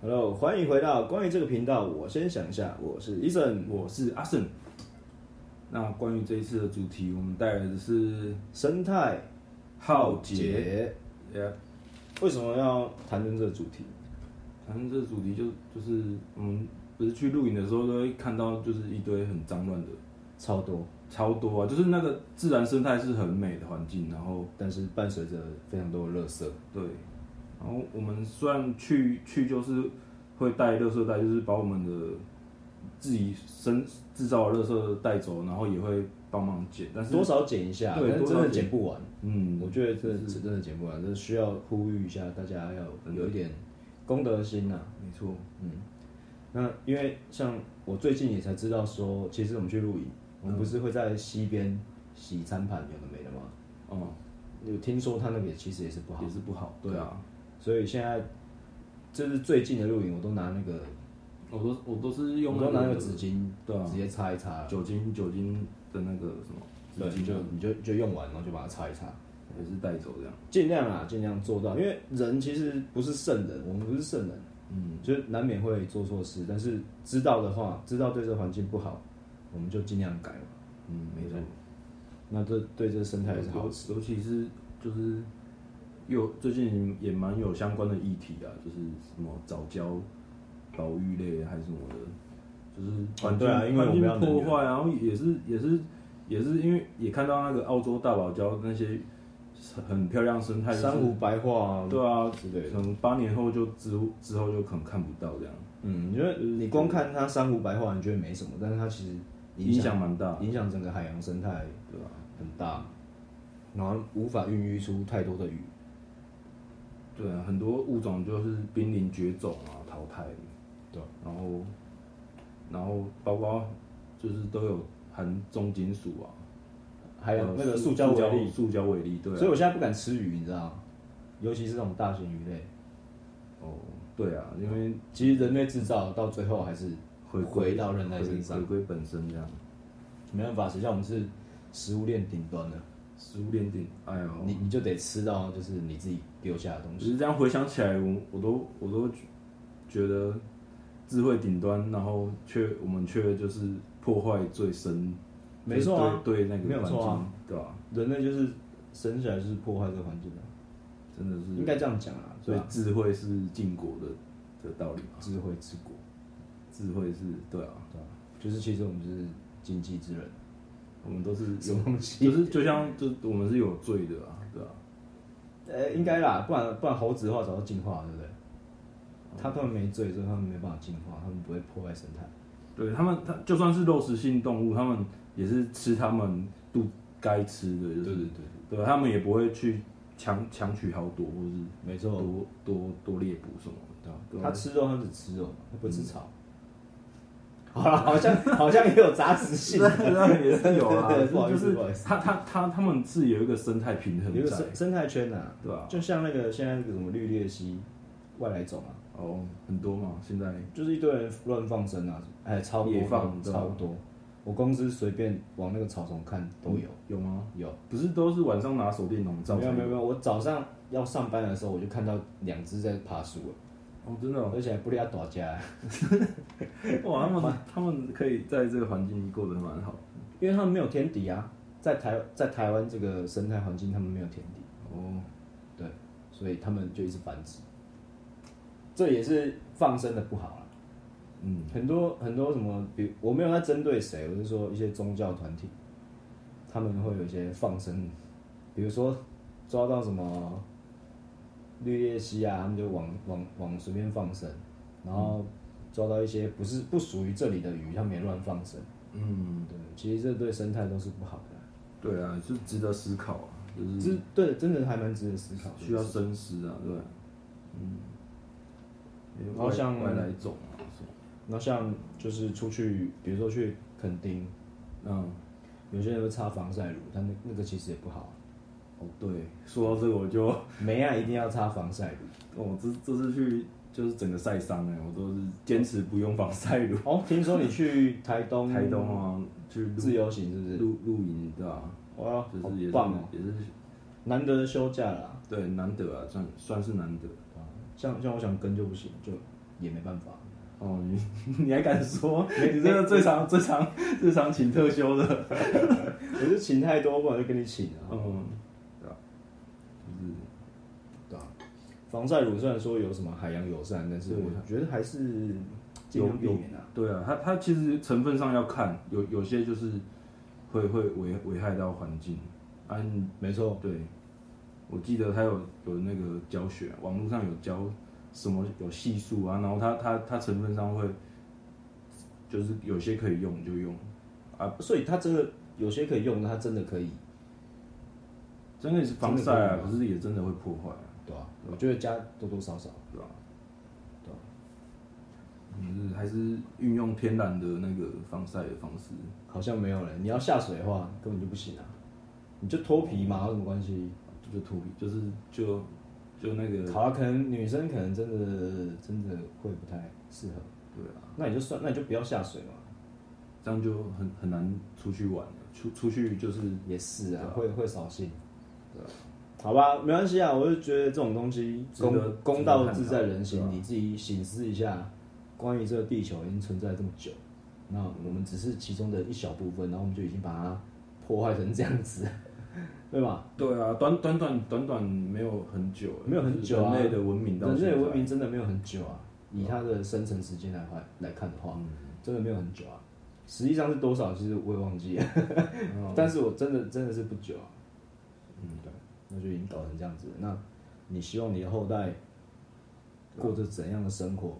Hello，欢迎回到关于这个频道，我先想一下，我是 Eason，我是阿胜。那关于这一次的主题，我们带来的是生态浩劫。Yeah，为什么要谈论这个主题？反正这个主题就就是我们不是去露营的时候都会看到，就是一堆很脏乱的，超多，超多啊！就是那个自然生态是很美的环境，然后但是伴随着非常多的垃圾。对，然后我们虽然去去就是会带垃圾袋，就是把我们的自己生制造的垃圾带走，然后也会帮忙捡，但是多少捡一下，对但是多真少的捡捡不完。嗯，我觉得这这真的捡不完，这需要呼吁一下大家要有一点公德心呐、没错，那因为像我最近也才知道说，其实我们去露营，我们不是会在溪边洗餐盘，有的没的吗？哦、有听说他那个其实也是不好也，是不好，对啊。所以现在就是最近的露营，我都拿那个，我都我都是用我都拿那个纸巾，对啊直接擦一擦，酒精酒精的那个什么对，纸你巾就啊，你就就用完，然后就把它擦一擦，也是带走这样。尽量啊，尽量做到，因为人其实不是圣人，我们不是圣人，嗯，就是难免会做错事，但是知道的话，知道对这环境不好，我们就尽量改嘛。嗯，没错，那这对这生态也是好尤事。尤其是就是有最近也蛮有相关的议题啊，就是什么早教、保育类还是什么的，就是环境、对啊因为我们环境要能破源坏，然后也是也是也是因为也看到那个澳洲大堡礁那些很漂亮生态，就是珊瑚白化啊，对啊，之类的。可能八年后就之之后就可能看不到这样，嗯，因为你光看它珊瑚白化，你觉得没什么，但是它其实影响蛮大，影响整个海洋生态对吧、很大，然后无法孕育出太多的鱼。对啊，很多物种就是濒临绝种啊，淘汰。对，啊然后，然后包括就是都有含重金属啊，呃还有呃那个塑塑胶微粒，塑胶微粒，对、所啊。以我现在不敢吃鱼，你知道吗？尤其是这种大型鱼类，哦，对啊，因为其实人类制造到最后还是回回到人类回身上回，归本身这样，没办法，谁叫我们是食物链顶端的，食物链顶，哎呦，你你就得吃到就是你自己丢下的东只西。是这样回想起来，我我都我都觉得智慧顶端，然后却我们却就是破坏最深，没错啊就是对对那没有个环错啊境，对吧、人类就是生下来就是破坏这个环境的，啊真的是应该这样讲啊，所对以吧？智慧是禁果的的道理嘛？智慧之国，智慧是对啊，对吧？就是其实我们就是经济之人，我们都是什么东西？就是就像就是我们是有罪的啊，对啊，呃，应该啦，不然不然猴子的话早就进化了，对不对？他他们没罪，所以他们没办法进化，他们不会破坏生态。对他们，他就算是肉食性动物，他们也是吃他们肚该吃的，就是对，对他们也不会去强强取豪夺或是没错。多多多猎捕什么的，对嗯他啊，吃肉，他只吃肉嘛，他不吃草。好了，好像好像也有杂食性，对也是有啊，对不好意就思是不好意思他他他他们是有一个生态平衡有一个在，生生态圈啊，对吧？就像那个现在那个什么绿鬣蜥外来种啊，哦，很多嘛，现在就是一堆人乱放生啊，哎，超多野放对吧超多。我公司随便往那个草丛看都有有吗？有。不是都是晚上拿手电筒照没才有没有没有，我早上要上班的时候，我就看到两只在爬树了，哦，真的、哦，而且还不离它打架，哇，他们他们可以在这个环境过得蛮好。因为他们没有天敌啊，在台在台湾这个生态环境，他们没有天敌。哦，对，所以他们就一直繁殖。这也是放生的不好啊啦，嗯，很多很多什么，比如我没有在针对谁，我是说一些宗教团体，他们会有一些放生，比如说抓到什么绿鬣蜥啊，他们就往往往随便放生，然后抓到一些不是不属于这里的鱼，他们也乱放生。嗯，对，其实这对生态都是不好的啦，对啊，是值得思考啊，就是这对真的还蛮值得思考的。需要深思啊，对啊，嗯，然后像外外来种啊什么，那像就是出去，比如说去垦丁，嗯，有些人会擦防晒乳，但那那个其实也不好啊。 哦对，说到这个我就，没啊，一定要擦防晒乳。我这这次去就是整个晒伤哎，我都是坚持不用防晒乳。哦，听说你去台东，台东啊，去露自由行是不是？露露营对吧？哇，就好是也是棒哦，也是难得的休假啦。对难得啊，算算是难得。像像我想跟就不行，就也没办 法。哦，你你还敢说？你这个最常最常最常请特休的，我就请太多，不然就跟你请啊。嗯，对啊，防晒乳虽然说有什么海洋友善，但是对我觉得还是尽量避免啊。对啊，它它其实成分上要看，有有些就是会会危危害到环境。啊，你没错，对，我记得它有有那个教学，网络上有教什么有系数啊，然后它它它成分上会就是有些可以用就用，啊，所以它真的有些可以用，它真的可以，真的是防晒真啊的，可是也真的会破坏、啊。对吧、我觉得加多多少少，对吧？对吧？嗯，还是运用天然的那个防晒的方式。好像没有了。你要下水的话，根本就不行啊，你就脱皮嘛，有什么关系？就就脱皮，就是就就那个，好了，啊可能女生可能真的真的会不太适合，对啊，那你就算，那你就不要下水嘛。这样就很很难出去玩了，出出去就是也是啊，会会扫兴。啊好吧，没关系啊，我就觉得这种东西值得公值得公道自在人探心，讨你自己醒思一下，关于这个地球已经存在这么久，那我们只是其中的一小部分，然后我们就已经把它破坏成这样子， 对吧？对啊，短短短短短没有很久，没有很久啊就是人类的文明到人现在类文明真的没有很久啊，以它的生成时间来看来看的话，真的没有很久啊。实际上是多少，其实我也忘记了，但是我真的真的是不久啊。哦嗯，对，那就已经搞成这样子了。那你希望你的后代过着怎样的生活，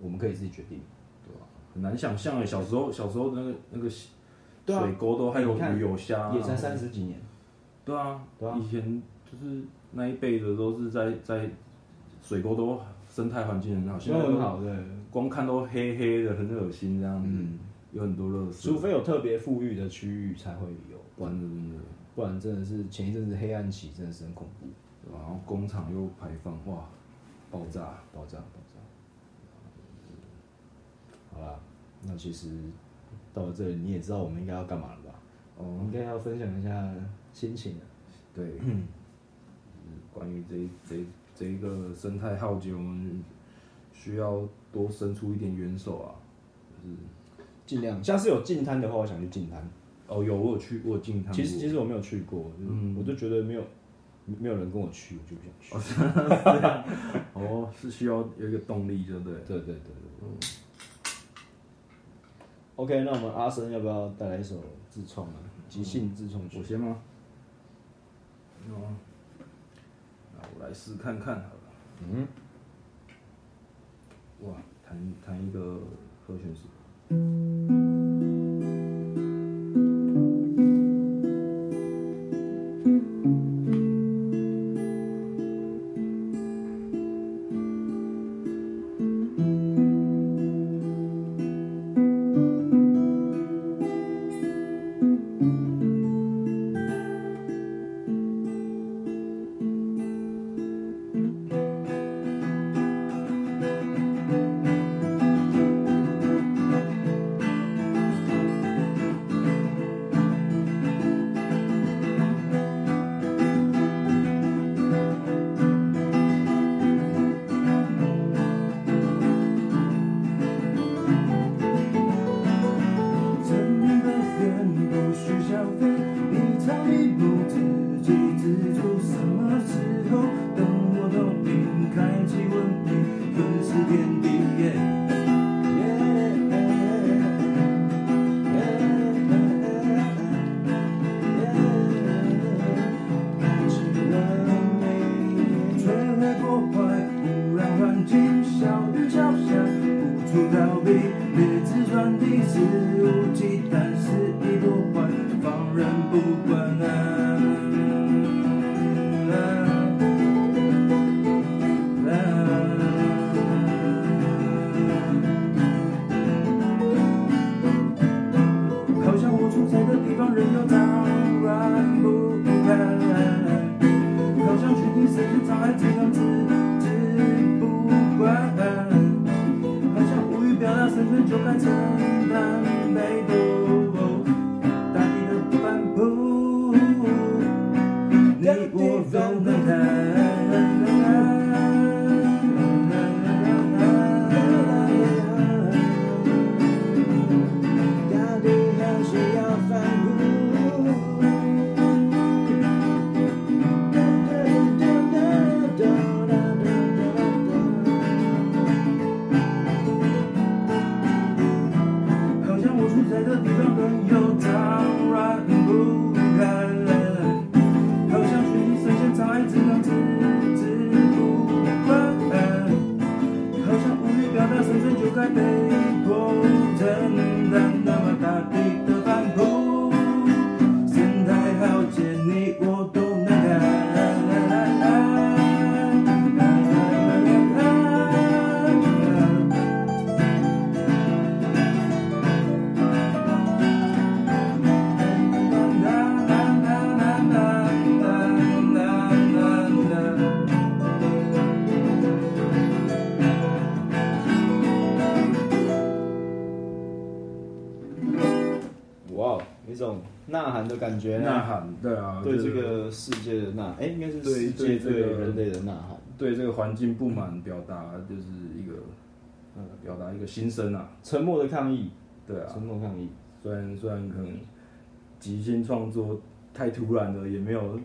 我们可以自己决定。 很难想象哎，小时候小时候那个那个水对啊沟都还有你看鱼有虾啊，也才三十几年，对啊，对啊以前就是那一辈的都是在在水沟都生态环境很好，现在都都很嗯好对，嗯光看都黑黑的，很恶心这样子，有很多垃圾，除非有特别富裕的区域才会有，不然真的真的，不然真的是前一阵子黑暗期真的是很恐怖，对吧然后工厂又排放，哇，爆炸，啊爆炸爆炸。好啦，那其实到了这里你也知道我们应该要干嘛了吧？我哦，们应该要分享一下心情了。对，嗯关于这一这一这一个生态浩劫，我们需要多伸出一点援手啊，尽量，下次有进滩的话，我想去进滩。哦，有我有去过进汤，其实其实我没有去过，就是嗯我就觉得没有没有人跟我去，我就不想去。哦是需要有一个动力，对不对？对对对对。OK，那我们阿生要不要带来一首自创啊？即兴自创曲我。先吗？哦，那我来试看看好了。嗯，哇，弹弹一个和弦是。沉迷的天不需消费，你早已不知给自主，什么时候等我都应该去问你，分是天地耶。摧毁破坏，忽然换境，小雨敲下，无处逃避，劣质传递，肆无忌惮，肆意破坏，放任不管啊。啊啊好像我出差的地方人又当然不堪。好像全体神经障碍只能置之不管，好像无语表达身份就该承担被一种呐喊的感觉呢，呐喊，对啊，对就这是个世界的呐，哎，应该是对世界对这对个人类的呐喊。对这个环境不满表达，就是一个呃嗯表达一个心声啊，沉默的抗议，对啊，沉默抗议，虽然虽然可能即兴创作太突然了，也没有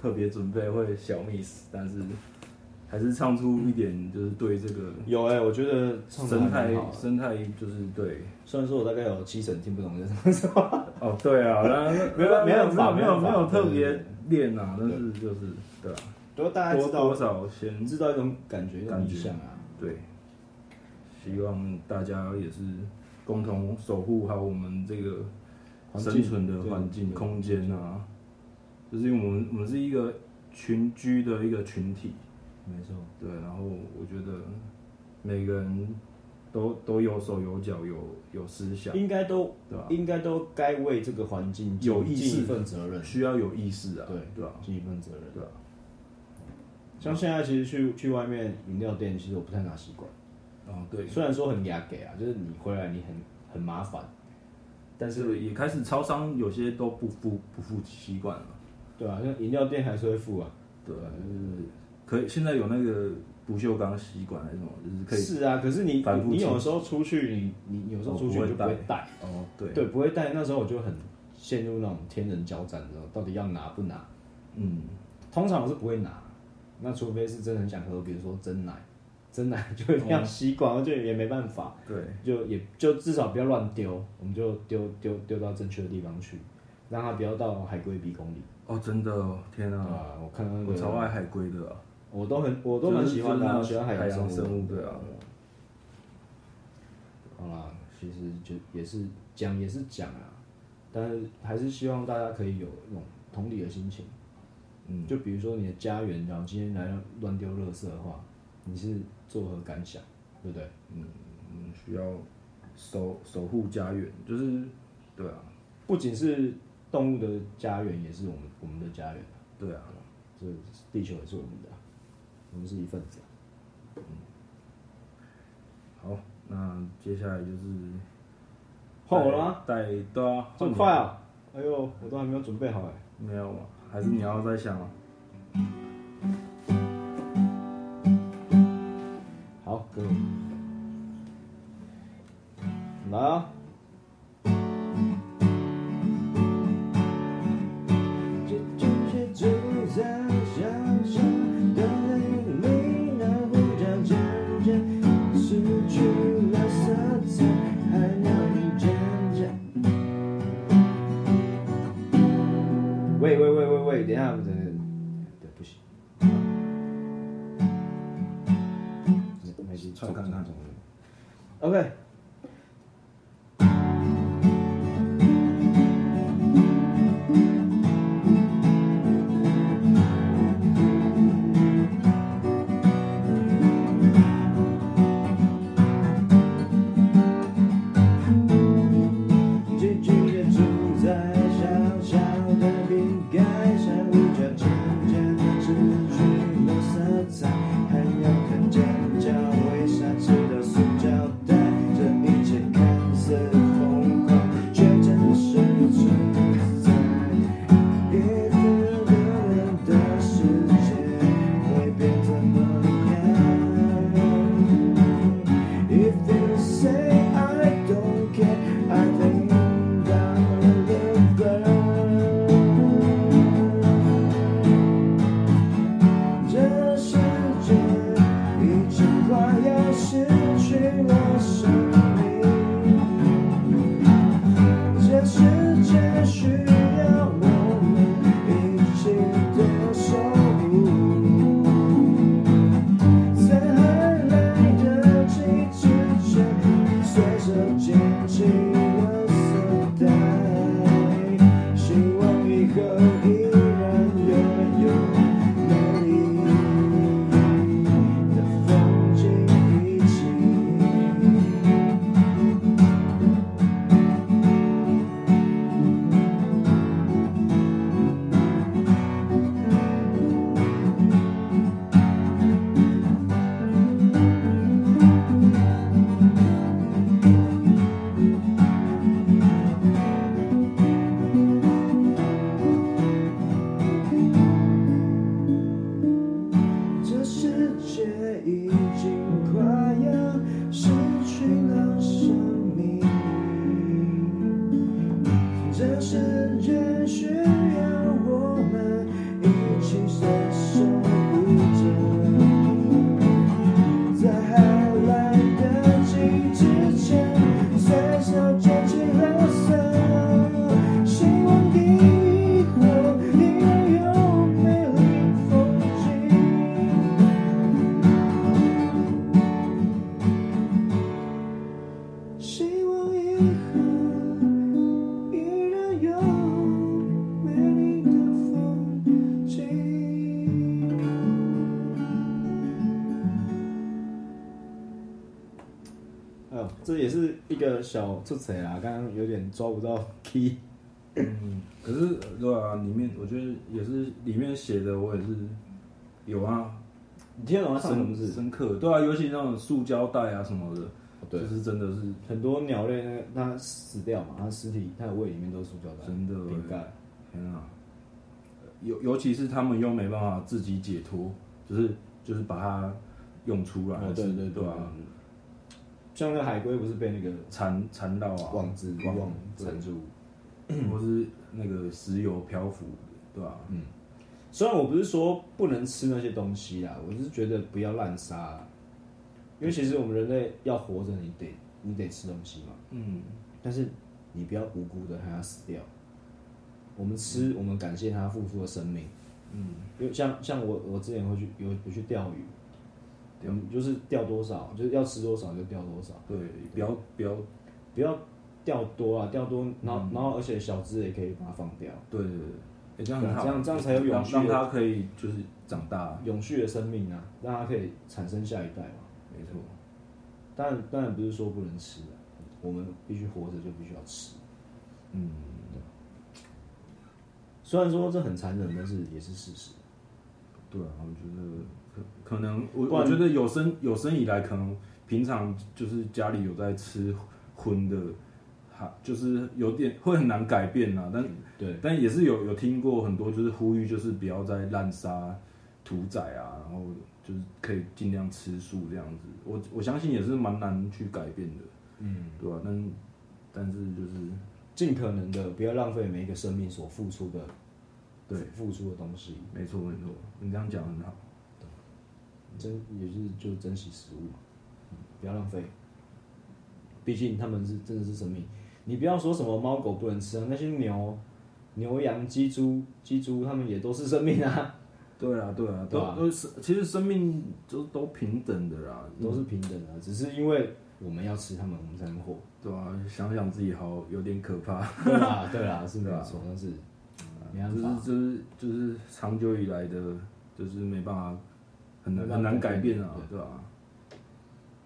特别准备会小 miss，但是还是唱出一点就是对这个有哎、我觉得唱得生还态蛮好的生态就是对虽然说我大概有七成听不懂在唱 什么，哦对 啊，那没办没有没法有没没办有法没有特对别对练啊，但是就是对啊，不过大家多知多道少先知道一种感觉，一种感意觉象啊。对，希望大家也是共同守护好我们这个环境生存的环对境对空间啊，就是因为我们我们是一个群居的一个群体，没错，对，然后我觉得每个人都都有手有脚有有思想，应该都对吧、应该都该为这个环境有尽意识尽一份责任，需要有意识啊，对对吧、尽一份责任。对啊，像现在其实去去外面饮料店，其实我不太拿习惯。哦对，虽然说很雅给啊，就是你回来你很很麻烦，但是也开始超商有些都不付不付习惯了。对啊，像饮料店还是会付啊，对，就是可以现在有那个不锈钢吸管还是什么，就是可以是啊，可是你反复你清有时候出去，你你你有时候哦出去你不会就不会带带，哦，对，对，不会带。那时候我就很陷入那种天人交战，知道到底要拿不拿？嗯，通常我是不会拿，那除非是真的很想喝，比如说真奶，真奶 就会样吸管，我就也没办法，哦对，就也就至少不要乱丢，我们就丢丢丢到正确的地方去，让它不要到海龟鼻孔里。哦，真的哦，天啊，啊，我看到那我超个，爱海龟的啊，我都很我都蛮喜欢的啊，我就是喜欢海海洋生物。物，对啊，好啦，其实就也是讲也是讲啊，但是还是希望大家可以有那种同理的心情。嗯，就比如说你的家园，然后今天来乱丢垃圾的话，你是作何感想，对不对？嗯，需要守守护家园，就是对啊，不仅是动物的家园，也是我们我们的家园啊，对啊，这地球也是我们的啊、我们是一份子啊、好，那接下来就是换我了吗？带对啊，这换么你快啊！哎呦，我都还没有准备好哎。没有啊，还是你要再想啊，好，给我来啊！这正是走在小巷，当然有你那不长渐渐失去了色彩，还能渐渐。喂喂喂喂喂，等一下，等等，对，不行。没事，唱看看 OK。静静地住在小小的饼干上，我却渐渐失去了色彩，还有看尖叫为啥吃到塑胶袋，这哦，这也是一个小出彩啦，刚刚有点抓不到 key。嗯，可是对啊，里面我觉得也是里面写的，我也是有啊，你听得懂他唱什么深字？深刻，对啊，尤其那种塑胶袋啊什么的，对就，是真的是很多鸟类呢，它死掉嘛，它尸体它的胃里面都是塑胶袋、真的瓶盖。天啊，尤尤其是他们又没办法自己解脱，就是就是把它用出来，哦，对对对啊啊，，像那海龟不是被那个缠缠绕啊，网子网网对缠住？或是那个石油漂浮，对吧、虽然我不是说不能吃那些东西啦，我就是觉得不要滥杀啦，因为其实我们人类要活着，你得你得吃东西嘛，嗯，但是你不要无辜的让它死掉。我们吃，我们感谢它付出的生命。嗯，因为像像我我之前会去有我去钓鱼，我们就是钓多少，就是要吃多少就钓多少，对，不要不要，不要钓多啊，钓多，然后、然后而且小只也可以把它放掉，对对对，哎、这样很好，啊这样这样才有让永续让的它可以就是长大，啊永续的生命啊，让它可以产生下一代嘛。没错，当然，当然不是说不能吃、啊，我们必须活着就必须要吃。嗯，虽然说这很残忍，但是也是事实。对啊，我觉得可可能我不然我觉得有生有生以来，可能平常就是家里有在吃荤的，还就是有点会很难改变啦，但对，但也是有有听过很多就是呼吁，就是不要再滥杀屠宰啊，然后就是可以尽量吃素这样子。我我相信也是蛮难去改变的，嗯，对吧、但但是就是尽可能的不要浪费每一个生命所付出的，对，付出的东西，没错没错，你这样讲很好。珍也是就珍惜食物嘛，嗯不要浪费。毕竟他们是真的是生命，你不要说什么猫狗不能吃啊，那些牛、牛羊、鸡猪、鸡猪，它们也都是生命啊，对啊，对啊，对都啊都是其实生命就都平等的啦，都是平等的、啊，只是因为我们要吃它们，我们才能活。对啊，想想自己好有点可怕，对啦，对啦，是没有啊错，但是没就办法是，就是就是长久以来的，就是没办法，很难没办法很难改变啊改变，对吧、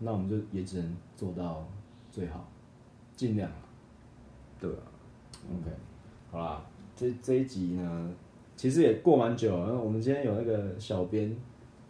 那我们就也只能做到最好，尽量。对啊， OK，好啦，这这一集呢，其实也过蛮久了。我们今天有那个小编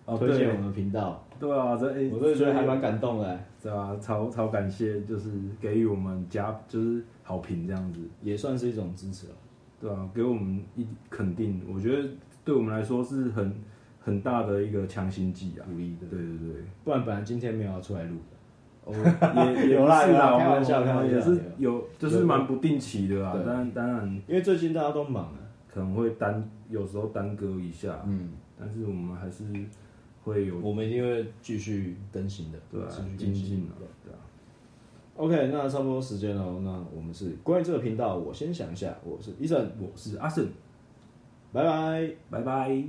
哦推荐对我们的频道，对啊，这哎，我真的觉得还蛮感动的、对啊，超超感谢，就是给予我们加就是好评这样子，也算是一种支持了。对啊，给我们一肯定，我觉得对我们来说是很很大的一个强心剂啊，鼓励的对对对，不然本来今天没有要出来录的，哦， 也也有啦不是有啦啦，开玩笑我开玩们笑也是有，就是蛮不定期的啊对，当然当然因为最近大家都忙啊了。可能会单有时候耽搁一下，嗯，但是我们还是会有我们一定会继续更新的，对啊持续精更新进的啊。，对啊， OK，那差不多时间了，那我们是关于这个频道，我先想一下，我是医生，我是阿胜，拜拜。拜拜。